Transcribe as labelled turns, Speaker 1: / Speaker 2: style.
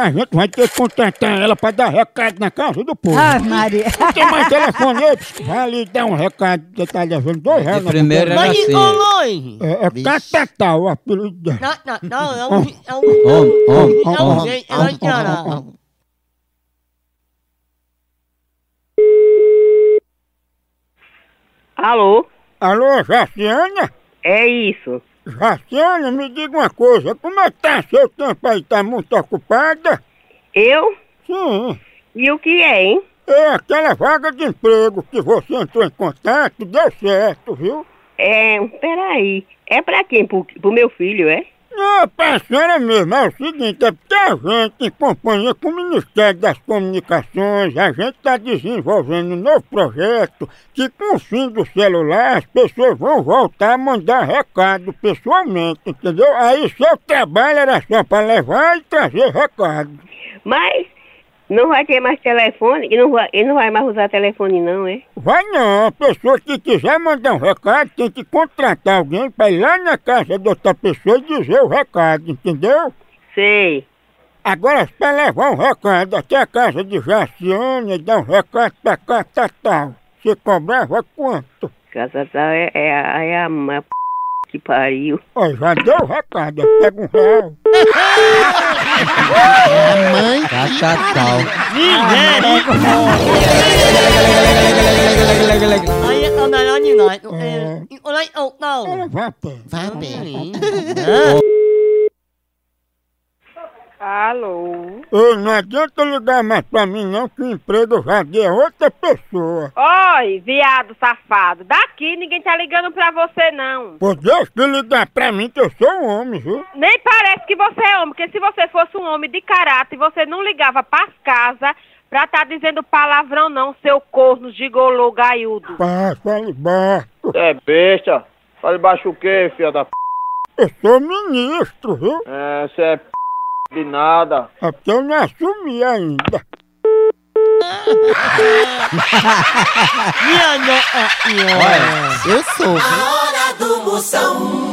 Speaker 1: a gente vai ter que contratar ela pra dar recado na casa do povo.
Speaker 2: Ah, Maria.
Speaker 1: Não tem mais telefone, eu disse, vai lhe dar um recado, você tá levando dois reais. na
Speaker 3: primeiro
Speaker 1: boca.
Speaker 3: era
Speaker 4: Mas de
Speaker 3: assim.
Speaker 4: colões!
Speaker 1: É, é catatá o apelido dela.
Speaker 4: Não, não, não, é um. É um.
Speaker 3: Homem, homem,
Speaker 4: É um
Speaker 3: homem.
Speaker 4: jeito, é um chorão.
Speaker 5: Alô?
Speaker 1: Alô, Jaciana?
Speaker 5: É isso.
Speaker 1: Jaciana, me diga uma coisa, como é que tá seu tempo aí? Tá muito ocupada?
Speaker 5: Eu?
Speaker 1: Sim.
Speaker 5: E o que é, hein?
Speaker 1: É aquela vaga de emprego que você entrou em contato, deu certo, viu?
Speaker 5: É, peraí. É pra quem? Pro, pro meu filho, é?
Speaker 1: Não, pra senhora Ah, mesmo, é o seguinte, é porque a gente, em companhia com o Ministério das Comunicações, a gente está desenvolvendo um novo projeto que com o fim do celular as pessoas vão voltar a mandar recado pessoalmente, entendeu? Aí seu trabalho era só para levar e trazer recado.
Speaker 5: Mas não vai ter mais telefone e não vai, ele não vai mais usar telefone, não, é?
Speaker 1: Vai não, a pessoa que quiser mandar um recado tem que contratar alguém para ir lá na casa de outra pessoa e dizer o recado, entendeu?
Speaker 5: Sei.
Speaker 1: Agora, para levar um recado até a casa de Jaciane e dar um recado pra Catatal, você cobrava quanto?
Speaker 5: Casa tal é, é, a- é a ma- p... que pariu.
Speaker 1: Ó, já deu o recado, ó, pega um real.
Speaker 4: Mãe,
Speaker 3: Cacatal.
Speaker 4: aí é o melhor de nós.
Speaker 1: É.
Speaker 4: É, o leite- o- Não,
Speaker 1: Ela vai a pé.
Speaker 4: vá bem.
Speaker 6: Alô?
Speaker 1: Ei, não adianta ligar mais pra mim não, que o emprego eu já dei a outra pessoa.
Speaker 6: Oi, viado safado. Daqui ninguém tá ligando pra você, não.
Speaker 1: Por Deus, se ligar pra mim que eu sou um homem, viu?
Speaker 6: Nem parece que você é homem, porque se você fosse um homem de caráter, você não ligava pras casas pra tá dizendo palavrão, não, seu corno gigolô gaiudo.
Speaker 1: Pá, fale baixo.
Speaker 7: É besta. Fala embaixo o quê, filha da p.
Speaker 1: Eu sou ministro, viu?
Speaker 7: É, você é p de nada.
Speaker 1: É porque eu não assumi ainda.
Speaker 4: Minha nossa senhora.
Speaker 3: Olha.
Speaker 4: Eu sou.
Speaker 8: A hora do Moção.